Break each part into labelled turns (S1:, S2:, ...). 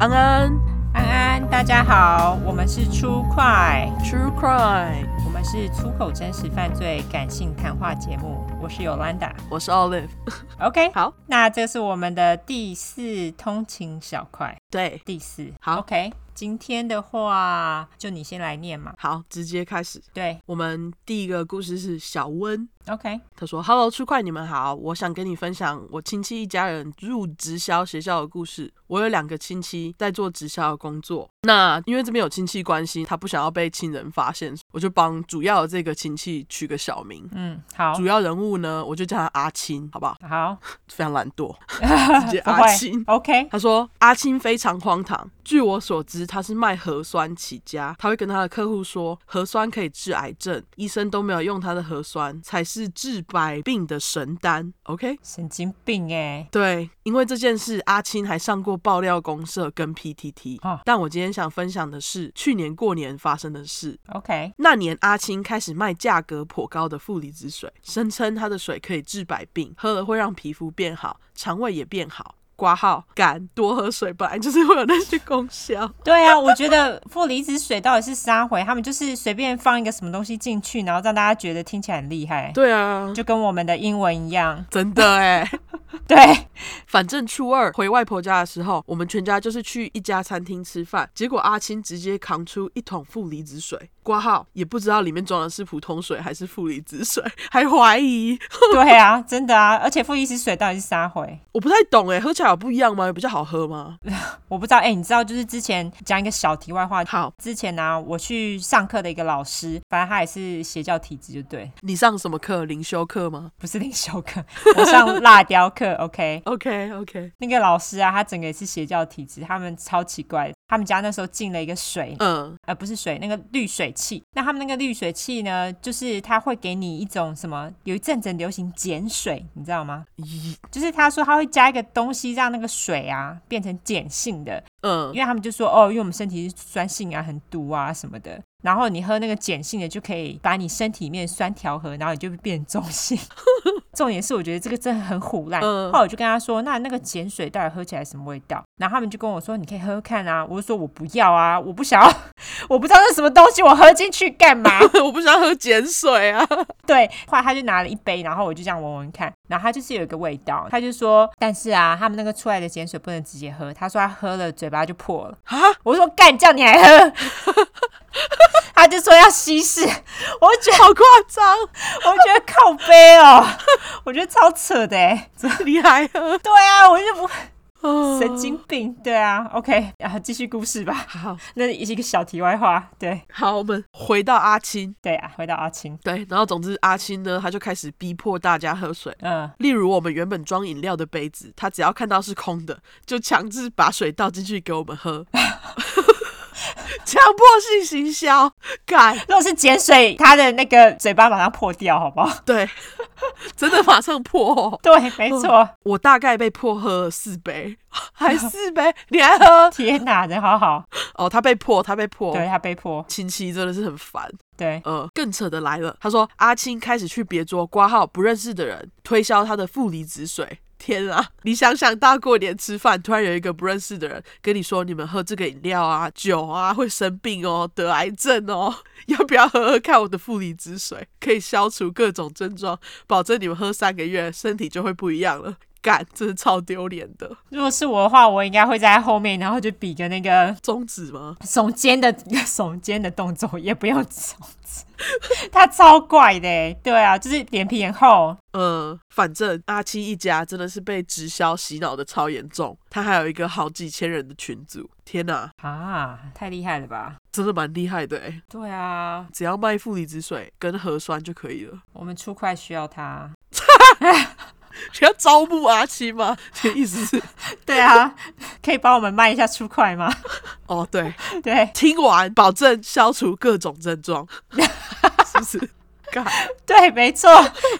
S1: 安安
S2: 安安，大家好，我们是出快，
S1: True Crime，
S2: 我们是出口真实犯罪感性谈话节目，我是 Yolanda。
S1: 我是 Olive。
S2: OK，
S1: 好，
S2: 那这是我们的第四通勤小块，
S1: 对，
S2: 第四。
S1: 好
S2: ，OK，今天的话就你先来念嘛。
S1: 好，直接开始。
S2: 对
S1: 我们第一个故事是小温，
S2: ，OK，
S1: 他说：“Hello，出快，你们好，我想跟你分享我亲戚一家人入直销学校的故事。我有两个亲戚在做直销的工作，那因为这边有亲戚关系，他不想要被亲人发现，我就帮主要的这个亲戚取个小名。
S2: 嗯，好，
S1: 主要人物呢，我就叫他阿青，好不好？
S2: 好，
S1: 非常懒惰，直接
S2: 不
S1: 阿
S2: 会
S1: 青。
S2: ，OK，
S1: 他说：“阿青非常荒唐。据我所知，他是卖核酸起家，他会跟他的客户说，核酸可以治癌症，医生都没有用他的核酸，才是治百病的神丹。OK，
S2: 神经病哎，
S1: 对，因为这件事，阿青还上过爆料公社跟 PTT
S2: 啊。
S1: 但我今天想分享的是去年过年发生的事。
S2: ，OK，
S1: 那年，阿青开始卖价格颇高的负离子水，声称他的水可以治百病，喝了会让皮肤变好，肠胃也变好。挂号敢多喝水，本来就是会有那些功效。
S2: 对啊，我觉得负离子水到底是啥回？他们就是随便放一个什么东西进去，然后让大家觉得听起来很厉 害，
S1: 对啊，
S2: 就跟我们的英文一样。
S1: 真的哎。
S2: 对，
S1: 反正初二回外婆家的时候，我们全家就是去一家餐厅吃饭，结果阿青直接扛出一桶负离子水，挂号也不知道里面装的是普通水还是负离子水，还怀疑。
S2: 对啊，真的啊，而且负离子水到底是啥回？
S1: 我不太懂哎，喝起来有不一样吗？有比较好喝吗？
S2: 我不知道。哎、你知道，就是之前讲一个小题外话，
S1: 好，
S2: 之前呢、我去上课的一个老师，反正他也是邪教体质，就对，
S1: 你上什么课？灵修课吗
S2: 不是灵修课， 我上辣雕课。OK，
S1: ？OK OK，
S2: 那个老师啊，他整个也是邪教体质，他们超奇怪的。他们家那时候进了一个水，
S1: 嗯，
S2: 呃，不是水，那个滤水器。那他们那个滤水器呢，就是它会给你一种什么？有一阵子很流行碱水，你知道吗？
S1: 咦，
S2: 就是他说他会加一个东西，让那个水啊变成碱性的，
S1: 嗯
S2: 因为他们就说哦，因为我们身体是酸性啊，很毒啊什么的。然后你喝那个碱性的，就可以把你身体里面的酸调和，然后你就变中性。 重点是，我觉得这个真的很虎烂。
S1: 嗯
S2: 后来我就跟他说，那那个碱水到底喝起来什么味道？然后他们就跟我说，你可以喝喝看啊。我就说我不要啊，我不想要， 我不知道那什么东西，我喝进去干嘛？
S1: 我不想喝碱水啊。
S2: 对，后来他就拿了一杯，然后我就这样闻闻看，然后他就是有一个味道，他就说，但是啊，他们那个出来的碱水不能直接喝，他说他喝了嘴巴就破了
S1: 啊，
S2: 我说干叫你还喝， 他就说要稀释，我就觉得
S1: 好夸张，
S2: 我觉得靠杯哦，我觉得超扯的哎，
S1: 你还喝？
S2: 对啊，我就不
S1: 哦
S2: 神经病，对啊，OK，然后继续故事吧，
S1: 好
S2: 那也是一个小题外话，对
S1: 好，我们回到阿青。
S2: 对啊，回到阿青，
S1: 对，然后总之阿青呢，他就开始逼迫大家喝水。
S2: 嗯，
S1: 例如我们原本装饮料的杯子，他只要看到是空的，就强制把水倒进去给我们 喝。强迫性行销，干
S2: 如果是碱水，他的那个嘴巴马上破掉，好不好？
S1: 对，真的马上破哦、
S2: 对，没错。
S1: 我大概被迫喝了四杯，还四杯，你还喝？
S2: 天哪，人好好，
S1: 哦，他被迫，他被迫。
S2: 对他被迫，
S1: 亲戚真的是很烦，
S2: 对，
S1: 呃，更扯的来了。他说阿青开始去别桌挂号不认识的人推销他的负离子水。天啊！你想想，大过年吃饭，突然有一个不认识的人跟你说，你们喝这个饮料啊、酒啊会生病哦，得癌症哦，要不要喝喝看我的负离子水？可以消除各种症状，保证你们喝三个月，身体就会不一样了。干，真的超丢脸的。
S2: 如果是我的话，我应该会在后面，然后就比个那个
S1: 中指吗？
S2: 耸肩的耸肩的动作，也不用耸肩，他超怪的欸，对啊，就是脸皮很厚，
S1: 呃，反正阿七一家真的是被直销洗脑的超严重，他还有一个好几千人的群组，天哪，
S2: 啊，太厉害了吧？
S1: 真的蛮厉害的诶，
S2: 对啊，
S1: 只要卖负离子水跟核酸就可以了。
S2: 我们出快需要他，
S1: 你要招募阿七吗？你的意思是？
S2: 对啊，可以帮我们卖一下出快吗？
S1: 哦，对，
S2: 对
S1: 听完保证消除各种症状， 是不是？干
S2: 对，没错，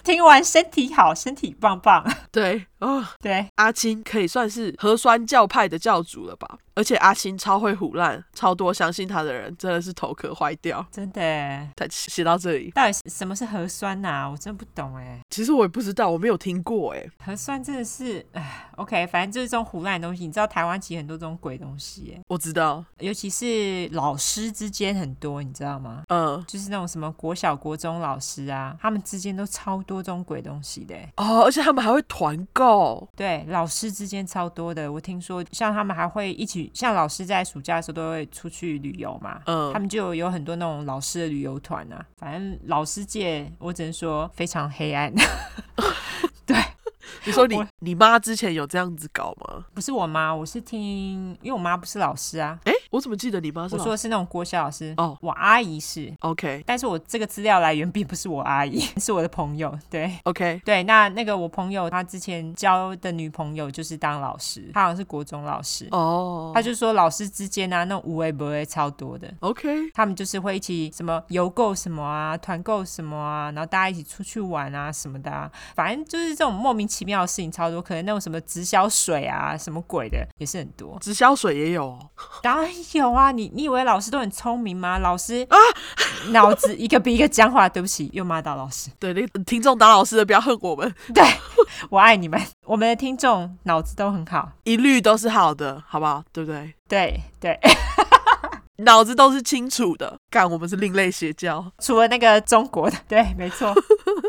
S2: 听完身体好，身体棒棒，
S1: 对，哦，
S2: 对，
S1: 阿青可以算是核酸教派的教主了吧？而且阿青超会胡烂，超多相信他的人真的是头壳坏掉。
S2: 真的耶。
S1: 他写写到这里，
S2: 到底是什么是核酸呐、我真的不懂哎。
S1: 其实我也不知道，我没有听过哎、
S2: 核酸真的是，哎，OK，反正就是这种胡乱的东西。你知道台湾其实很多这种鬼东西耶，
S1: 我知道，
S2: 尤其是老师之间很多，你知道吗？
S1: 嗯，
S2: 就是那种什么国小、国中老师啊，他们之间都超多这种鬼东西的耶。
S1: 哦，而且他们还会团购，
S2: 对，老师之间超多的。我听说，像他们还会一起，像老师在暑假的时候都会出去旅游嘛。
S1: 嗯
S2: 他们就有很多那种老师的旅游团啊，反正老师界我只能说非常黑暗，
S1: 你说你
S2: 我
S1: 你妈之前有这样子搞吗？
S2: 不是我妈，我是听，因为我妈不是老师啊，
S1: 哎、我怎么记得你妈是
S2: 我
S1: 老
S2: 说的是那种国小老师，
S1: 哦
S2: 我阿姨是，
S1: ？OK
S2: 但是我这个资料来源并不是我阿姨， 是我的朋友，对。
S1: OK，
S2: 对，那那个我朋友他之前交的女朋友就是当老师，他好像是国中老师，
S1: 哦
S2: 他就说老师之间啊，那种无为不为超多的。
S1: ，OK，。
S2: 他们就是会一起什么邮购什么啊，团购什么啊，然后大家一起出去玩啊什么的、啊，反正就是这种莫名其妙的事情超多，可能那种什么直销水啊什么鬼的也是很多
S1: 直销水也有哦，
S2: 当然有啊，你你以为老师都很聪明吗？老师啊， 脑子一个比一个僵化。对不起，又骂到老师。
S1: 对，那个听众打老师的不要恨我们，
S2: 对，我爱你们，我们的听众脑子都很好。
S1: 一律都是好的，好不好？对不对？
S2: 对对，
S1: 脑子都是清楚的，干我们是另类邪教，
S2: 除了那个中国的，对，没错。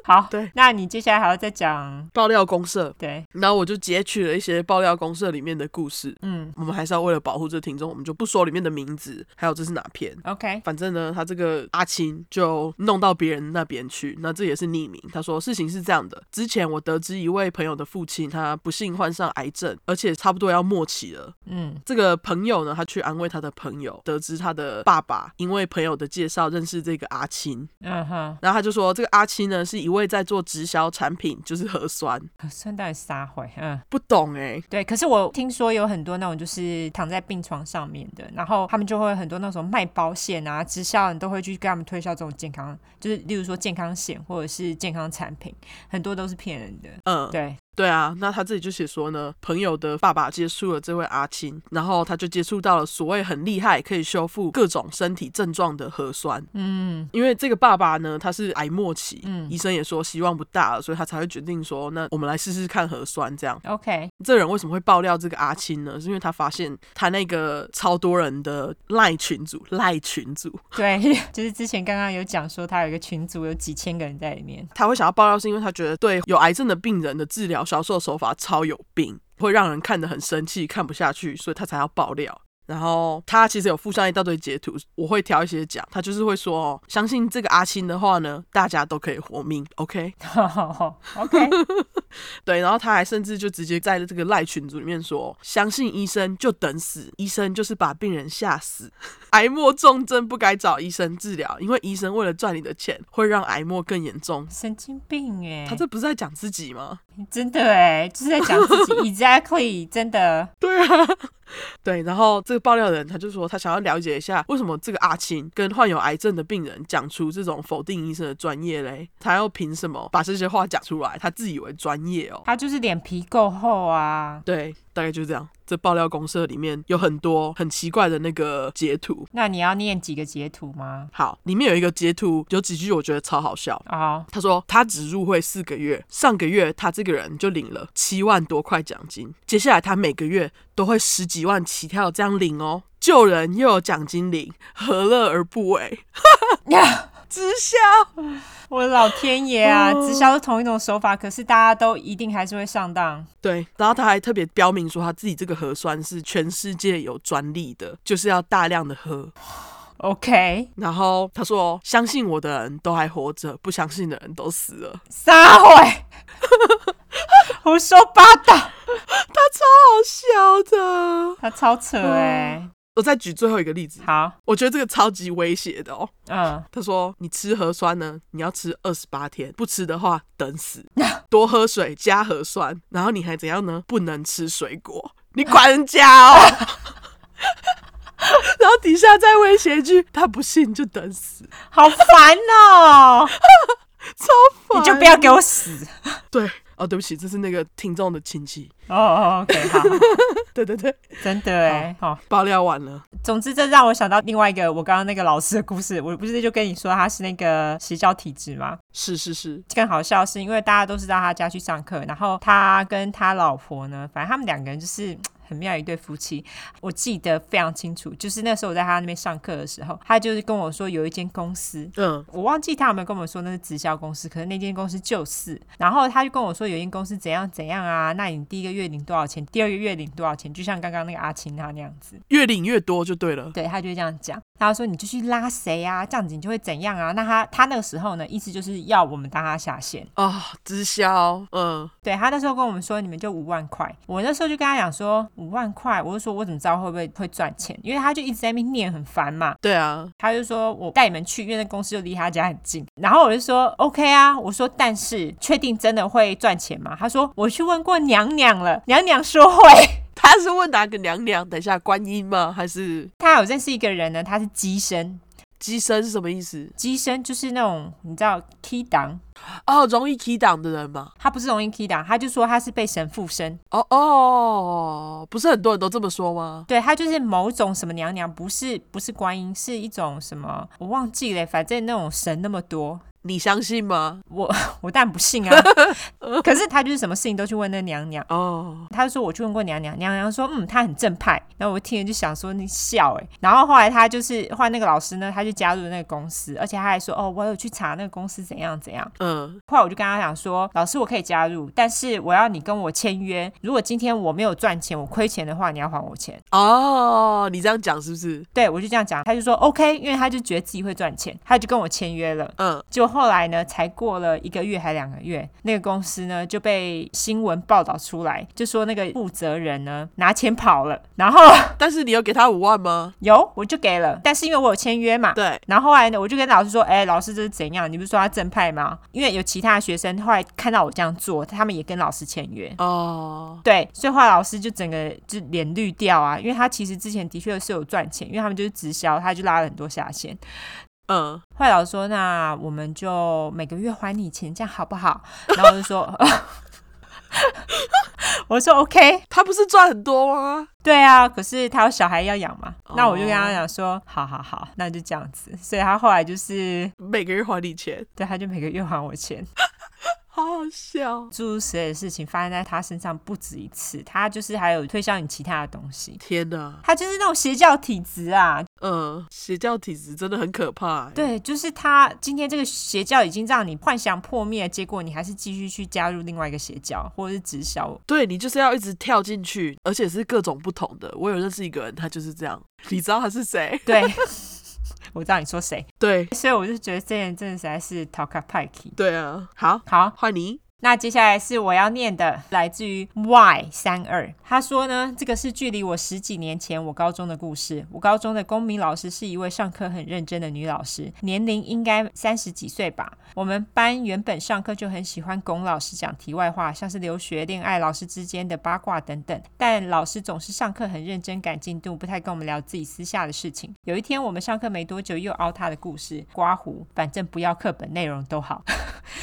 S2: 好，
S1: 对，
S2: 那你接下来还要再讲，
S1: 爆料公社。
S2: 对，
S1: 然后我就截取了一些爆料公社里面的故事，
S2: 嗯
S1: 我们还是要为了保护这听众，我们就不说里面的名字，还有这是哪篇。
S2: ，OK，
S1: 反正呢，他这个阿青就弄到别人那边去，那这也是匿名。他说事情是这样的，之前我得知一位朋友的父亲他不幸患上癌症，而且差不多要末期了。
S2: 嗯
S1: 这个朋友呢，他去安慰他的朋友，得知他的爸爸因为朋友的介绍认识这个阿青，
S2: 嗯哼，
S1: 然后他就说这个阿青呢是一位在做直销产品，就是核酸，
S2: 算到底撒谎，嗯，
S1: 不懂哎、
S2: 对。可是我听说有很多那种就是躺在病床上面的，然后他们就会有很多那种卖保险啊、直销人都会去跟他们推销这种健康，就是例如说健康险或者是健康产品，很多都是骗人的。
S1: 嗯，
S2: 对，
S1: 对啊，那他这里就写说呢，朋友的爸爸接触了这位阿青，然后他就接触到了所谓很厉害可以修复各种身体症状的核酸，
S2: 嗯
S1: 因为这个爸爸呢他是癌末期，
S2: 嗯
S1: 医生也说希望不大了，所以他才会决定说，那我们来试试看核酸这样。
S2: ，OK，
S1: 这人为什么会爆料这个阿青呢？是因为他发现他那个超多人的赖群组，赖群组，
S2: 对，就是之前刚刚有讲说他有一个群组有几千个人在里面，
S1: 他会想要爆料，是因为他觉得对有癌症的病人的治疗销售手法超有病，会让人看得很生气，看不下去，所以他才要爆料。然后他其实有附上一大堆截图，我会挑一些讲。他就是会说哦，相信这个阿青的话呢，大家都可以活命，OK？
S2: OK，
S1: 对，然后他还甚至就直接在这个赖群组里面说，相信医生就等死，医生就是把病人吓死。 癌末重症不该找医生治疗，因为医生为了赚你的钱，会让癌末更严重。
S2: 神经病哎、
S1: 他这不是在讲自己吗？
S2: 真的哎、就是在讲自 己，exactly，真的，
S1: 对啊，对，然后这个爆料人他就说，他想要了解一下为什么这个阿青跟患有癌症的病人讲出这种否定医生的专业嘞？他要凭什么把这些话讲出来？他自以为专业哦。
S2: 他就是脸皮够厚啊。
S1: 对，大概就是这样。这爆料公社里面有很多很奇怪的那个截图。
S2: 那你要念几个截图吗？
S1: 好，里面有一个截图，有几句我觉得超好笑。
S2: 啊、
S1: 他说他只入会四个月，上个月他这个人就领了七万多块奖金，接下来他每个月都会十几万起跳这样领哦。救人又有奖金领，何乐而不为？直销
S2: 我的老天爷啊！
S1: 哦
S2: 直销是同一种手法，可是大家都一定还是会上当。
S1: 对，然后他还特别标明说他自己这个核酸是全世界有专利的，就是要大量的喝。
S2: OK，
S1: 然后他说，相信我的人都还活着，不相信的人都死了。
S2: 撒谎，胡说八道，
S1: 他超好笑的。
S2: 他超扯哎、
S1: 我再举最后一个例子，
S2: 好，
S1: 我觉得这个超级威胁的哦。
S2: 嗯，
S1: 他说：“你吃核酸呢，你要吃二十八天，不吃的话等死。 多喝水加核酸，然后你还怎样呢？不能吃水果，你管人家哦。” 然后底下再威胁一句：“他不信就等 死，
S2: 好烦哦、
S1: 超烦。”
S2: 你就不要给我死。
S1: 对。哦，对不起，这是那个听众的亲戚。
S2: 哦哦，OK，好，
S1: 对对对，
S2: 真的哎，好。
S1: 爆料完了，
S2: 总之，这让我想到另外一个我刚刚那个老师的故事。我不是就跟你说他是那个邪教体质吗？
S1: 是是是，
S2: 更好笑是因为大家都是到他家去上课，然后他跟他老婆呢，反正他们两个人就是。很妙一对夫妻，我记得非常清楚。就是那时候我在他那边上课的时候，他就是跟我说有一间公司，
S1: 嗯，
S2: 我忘记他有没有跟我们说那是直销公司，可是那间公司就是，然后他就跟我说有一间公司怎样怎样啊，那你第一个月领多少钱，第二个月领多少钱，就像刚刚那个阿青他那样子。
S1: 越领越多就对了。
S2: 对，他就会这样讲。他说你就去拉谁啊，这样子你就会怎样啊？那他他那个时候呢，意思就是要我们当他下线。
S1: 啊，直销，嗯，
S2: 对他那时候跟我们说，你们就五万块。我那时候就跟他讲说五万块，我就说我怎么知道会不会会赚钱？因为他就一直在那边念，很烦嘛。
S1: 对啊，
S2: 他就说我带你们去，因为那公司就离他家很近。然后我就说 OK 啊，我说但是确定真的会赚钱吗？他说我去问过娘娘了，娘娘说会。
S1: 他是问哪个娘娘？等一下，观音吗？还是
S2: 他有认识一个人呢，他是机身，
S1: 机身是什么意思？
S2: 机身就是那种你知道 key 档。
S1: 哦，容易起档的人嘛。
S2: 他不是容易 key 档，他就说他是被神附身，
S1: 哦哦，不是很多人都这么说吗？
S2: 对他就是某种什么娘娘，不是不是观音，是一种什么我忘记了，反正那种神那么多，
S1: 你相信吗？
S2: 我当然不信啊。可是他就是什么事情都去问那娘娘，
S1: 哦，
S2: 他就说我去问过娘娘，娘娘说嗯，她很正派。然后我听了就想说你笑哎、然后后来他就是后来那个老师呢，他就加入了那个公司，而且他还说哦，我有去查那个公司怎样怎样。
S1: 嗯，
S2: 后来我就跟他讲说，老师我可以加入，但是我要你跟我签约，如果今天我没有赚钱，我亏钱的话，你要还我钱。
S1: 哦，你这样讲是不是？
S2: 对我就这样讲，他就说 OK，因为他就觉得自己会赚钱，他就跟我签约了。
S1: 嗯，
S2: 就后来呢，才过了一个月还两个月，那个公司呢就被新闻报道出来，就说那个负责人呢拿钱跑了，然后
S1: 但是你有给他五万吗？
S2: 有我就给了，但是因为我有签约嘛，
S1: 对，
S2: 然后后来呢，我就跟老师说：“哎、老师这是怎样？你不是说他正派吗？”因为有其他学生后来看到我这样做，他们也跟老师签约。
S1: 哦，
S2: 对，所以后来老师就整个就脸绿掉啊，因为他其实之前的确是有赚钱，因为他们就是直销，他就拉了很多下线。
S1: 嗯，
S2: 后来老师说：“那我们就每个月还你钱，这样好不好？” 然后我就说：“我说 OK。
S1: 他不是赚很多吗？”
S2: 对啊，可是他有小孩要养嘛，那我就跟他
S1: 哦
S2: 讲说：“好好好，那就这样子。”所以他后来就是
S1: 每个月还你钱，
S2: 对，他就每个月还我钱。
S1: 好好笑。
S2: 诸如此类的事情发生在他身上不止一次，他就是还有推销你其他的东西，
S1: 天哪，
S2: 他就是那种邪教体质啊。
S1: 嗯，邪教体质真的很可怕、欸。，
S2: 对，就是他今天这个邪教已经让你幻想破灭，结果你还是继续去加入另外一个邪教或者是直销。
S1: 对你就是要一直跳进去，而且是各种不同的。我有认识一个人，他就是这样，你知道他是谁？
S2: 对，我知道你说谁，
S1: 对，
S2: 所以我就觉得这人真的实在是讨卡派克。
S1: 对啊。好，
S2: 好，
S1: 换你。
S2: 那接下来是我要念的，来自于 Y 三二，他说呢，这个是距离我十几年前我高中的故事。我高中的公民老师是一位上课很认真的女老师，年龄应该三十几岁吧。我们班原本上课就很喜欢龚老师讲题外话，像是留学、恋爱、老师之间的八卦等等，但老师总是上课很认真赶进度，不太跟我们聊自己私下的事情。有一天我们上课没多久又凹他的故事，刮胡，反正不要课本内容都好。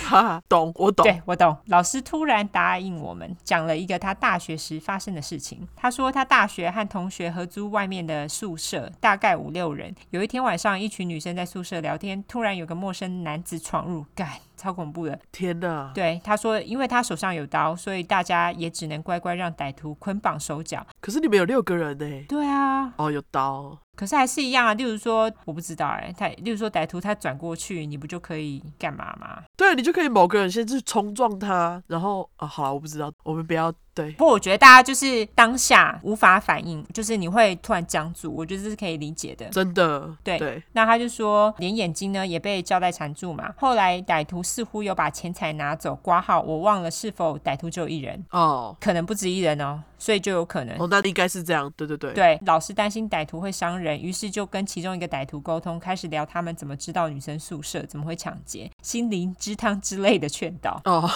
S1: 哈哈，懂，我懂。
S2: 对我懂。老师突然答应我们，讲了一个他大学时发生的事情。他说他大学和同学合租外面的宿舍，大概五六人。有一天晚上，一群女生在宿舍聊天，突然有个陌生男子闯入，干，超恐怖的。
S1: 天哪，
S2: 对，他说，因为他手上有刀，所以大家也只能乖乖让歹徒捆绑手脚。
S1: 可是你们有六个人呢、
S2: 对啊，
S1: 哦，有刀。
S2: 可是还是一样啊。例如说，我不知道哎、他例如说歹徒他转过去，你不就可以干嘛吗？
S1: 对，啊你就可以某个人先去冲撞他，然后啊，好了，我不知道，我们不要对，
S2: 不过我觉得大家就是当下无法反应，就是你会突然僵住，我觉得这是可以理解的。
S1: 真的，
S2: 对
S1: 对，
S2: 那他就说，连眼睛呢也被胶带缠住嘛。后来歹徒似乎有把钱财拿走，挂号我忘了是否歹徒只有一人，
S1: 哦，
S2: 可能不止一人哦，所以就有可能。
S1: 哦，那应该是这样，对对对，
S2: 对，老师担心歹徒会伤人，于是就跟其中一个歹徒沟通，开始聊他们怎么知道女生宿舍，怎么会抢劫，心灵鸡汤之类的劝导。
S1: 哦，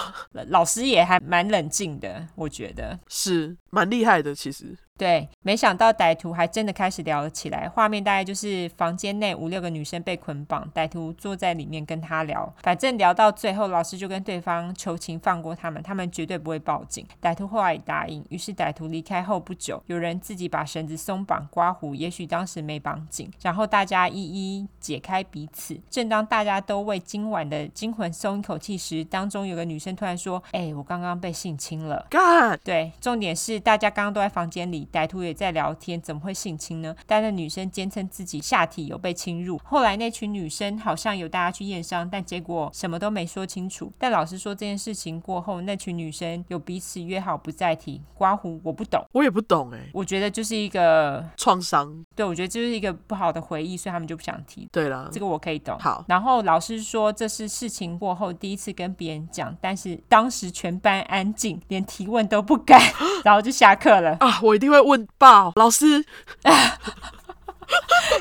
S2: 老师也还蛮冷静的，我觉得。
S1: 是，蛮厉害的，其实。
S2: 对，没想到歹徒还真的开始聊了起来。画面大概就是房间内五六个女生被捆绑，歹徒坐在里面跟他聊。反正聊到最后，老师就跟对方求情放过他们，他们绝对不会报警。歹徒后来也答应。于是歹徒离开后不久，有人自己把绳子松绑刮胡，也许当时没绑紧。然后大家一一解开彼此。正当大家都为今晚的惊魂松一口气时，当中有个女生突然说：“哎、我刚刚被性侵了。”
S1: 干，
S2: 对，重点是大家刚刚都在房间里，歹徒也在聊天，怎么会性侵呢？但那女生坚称自己下体有被侵入。后来那群女生好像有大家去验伤，但结果什么都没说清楚。但老师说这件事情过后，那群女生有彼此约好不再提。刮胡我不懂，
S1: 我也不懂哎、
S2: 我觉得就是一个，
S1: 创伤。
S2: 对我觉得就是一个不好的回忆，所以他们就不想提。
S1: 对啦，
S2: 这个我可以懂。
S1: 嗯好
S2: 然后老师说这是事情过后第一次跟别人讲，但是当时全班安静，连提问都不敢，然后就下课了。
S1: 啊，我一定会问爆老师。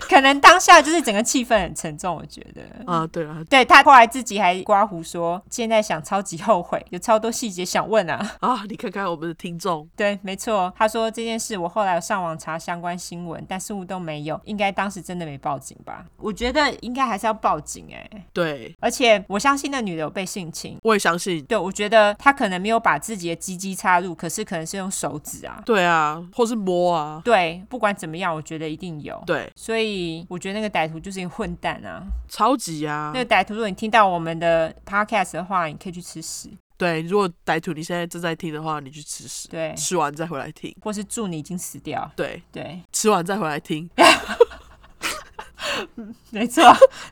S2: 可能当下就是整个气氛很沉重，我觉得。
S1: 啊，对啦，
S2: 对他后来自己还刮胡说，现在想超级后悔，有超多细节想问啊。
S1: 啊，你看看我们的听众，
S2: 对，没错，他说这件事我后来有上网查相关新闻，但似乎都没有，应该当时真的没报警吧？我觉得应该还是要报警哎、
S1: 对
S2: 而且我相信那女的有被性侵，
S1: 我也相信。
S2: 对，我觉得他可能没有把自己的鸡鸡插入，可是可能是用手指啊。
S1: 对啊，或是摸啊，
S2: 对，不管怎么样，我觉得一定有。
S1: 对，
S2: 所以我觉得那个歹徒就是一个混蛋啊！
S1: 超级啊
S2: 那。个歹徒，如果你听到我们的 podcast 的话，你可以去吃屎，
S1: 对，如果歹徒你现在正在听的话，你去吃屎，
S2: 对，
S1: 吃完再回来听。
S2: 或是祝你已经死掉，
S1: 对，
S2: 对，
S1: 吃完再回来听。
S2: 没错，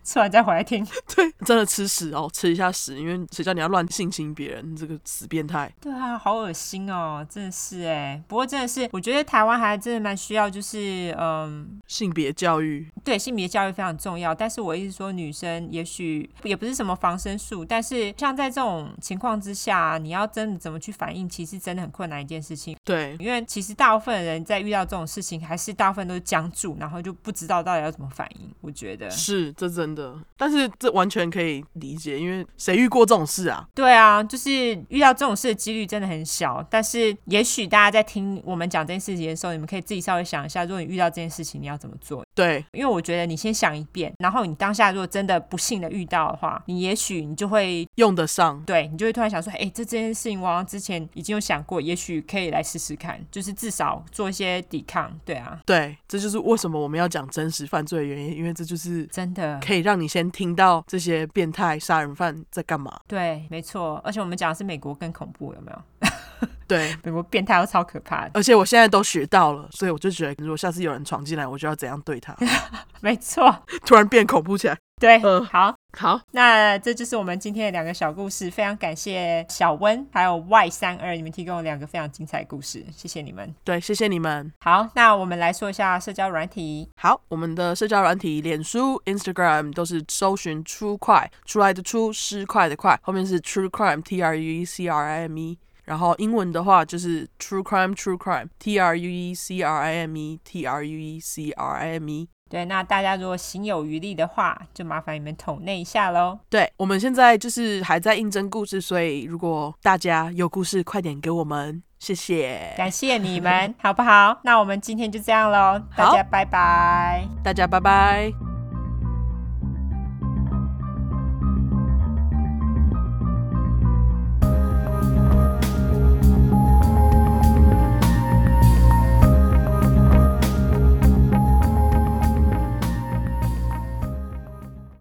S2: 吃完再回来听。
S1: 对，真的吃屎哦，吃一下屎，因为谁叫你要乱性侵别人，你这个死变态。
S2: 对啊，好恶心哦，真的是哎。不过真的是，我觉得台湾还真的蛮需要，就是嗯，
S1: 性别教育，
S2: 对性别教育非常重要，但是我一直说女生也许也不是什么防身术，但是像在这种情况之下，你要真的怎么去反应，其实真的很困难一件事情。
S1: 对
S2: 因为其实大部分人在遇到这种事情，还是大部分都是僵住，然后就不知道到底要怎么反应。我觉得，
S1: 是这真的，但是这完全可以理解，因为谁遇过这种事啊？
S2: 对啊，就是遇到这种事的几率真的很小。但是也许大家在听我们讲这件事情的时候，你们可以自己稍微想一下，如果你遇到这件事情，你要怎么做？
S1: 对
S2: 因为我觉得你先想一遍，然后你当下如果真的不幸的遇到的话，你也许你就会
S1: 用得上，
S2: 对你就会突然想说，哎，这件事情我好像之前已经有想过，也许可以来试试看，就是至少做一些抵抗，对啊，
S1: 对，这就是为什么我们要讲真实犯罪的原因，因为这就是
S2: 真的。
S1: 可以让你先听到这些变态杀人犯在干嘛。
S2: 对，没错，而且我们讲的是美国更恐怖，有没有？
S1: 对，
S2: 美国变态都超可怕的，
S1: 而且我现在都学到了，所以我就觉得，如果下次有人闯进来，我就要怎样对他，
S2: 没错，
S1: 突然变恐怖起来。
S2: 对，
S1: 嗯
S2: 好，
S1: 好，
S2: 那这就是我们今天的两个小故事，非常感谢小温还有 Y 三二，你们提供了两个非常精彩的故事，谢谢你们。
S1: 对，谢谢你们。
S2: 好，那我们来说一下社交软体。
S1: 好，我们的社交软体，脸书、Instagram 都是搜寻“出快”，出来的出，失快的快，后面是 True Crime，T R U E C R I M E。然后英文的话就是 True Crime，True Crime，T R U E C R I M E，T R U E C R I M E。
S2: 对，那大家如果行有余力的话，就麻烦你们统内一下喽。
S1: 对，我们现在就是还在应征故事，所以如果大家有故事，快点给我们，谢谢
S2: 感谢你们，好不好？那我们今天就这样喽，大
S1: 好
S2: 家拜拜。
S1: 大家，拜拜。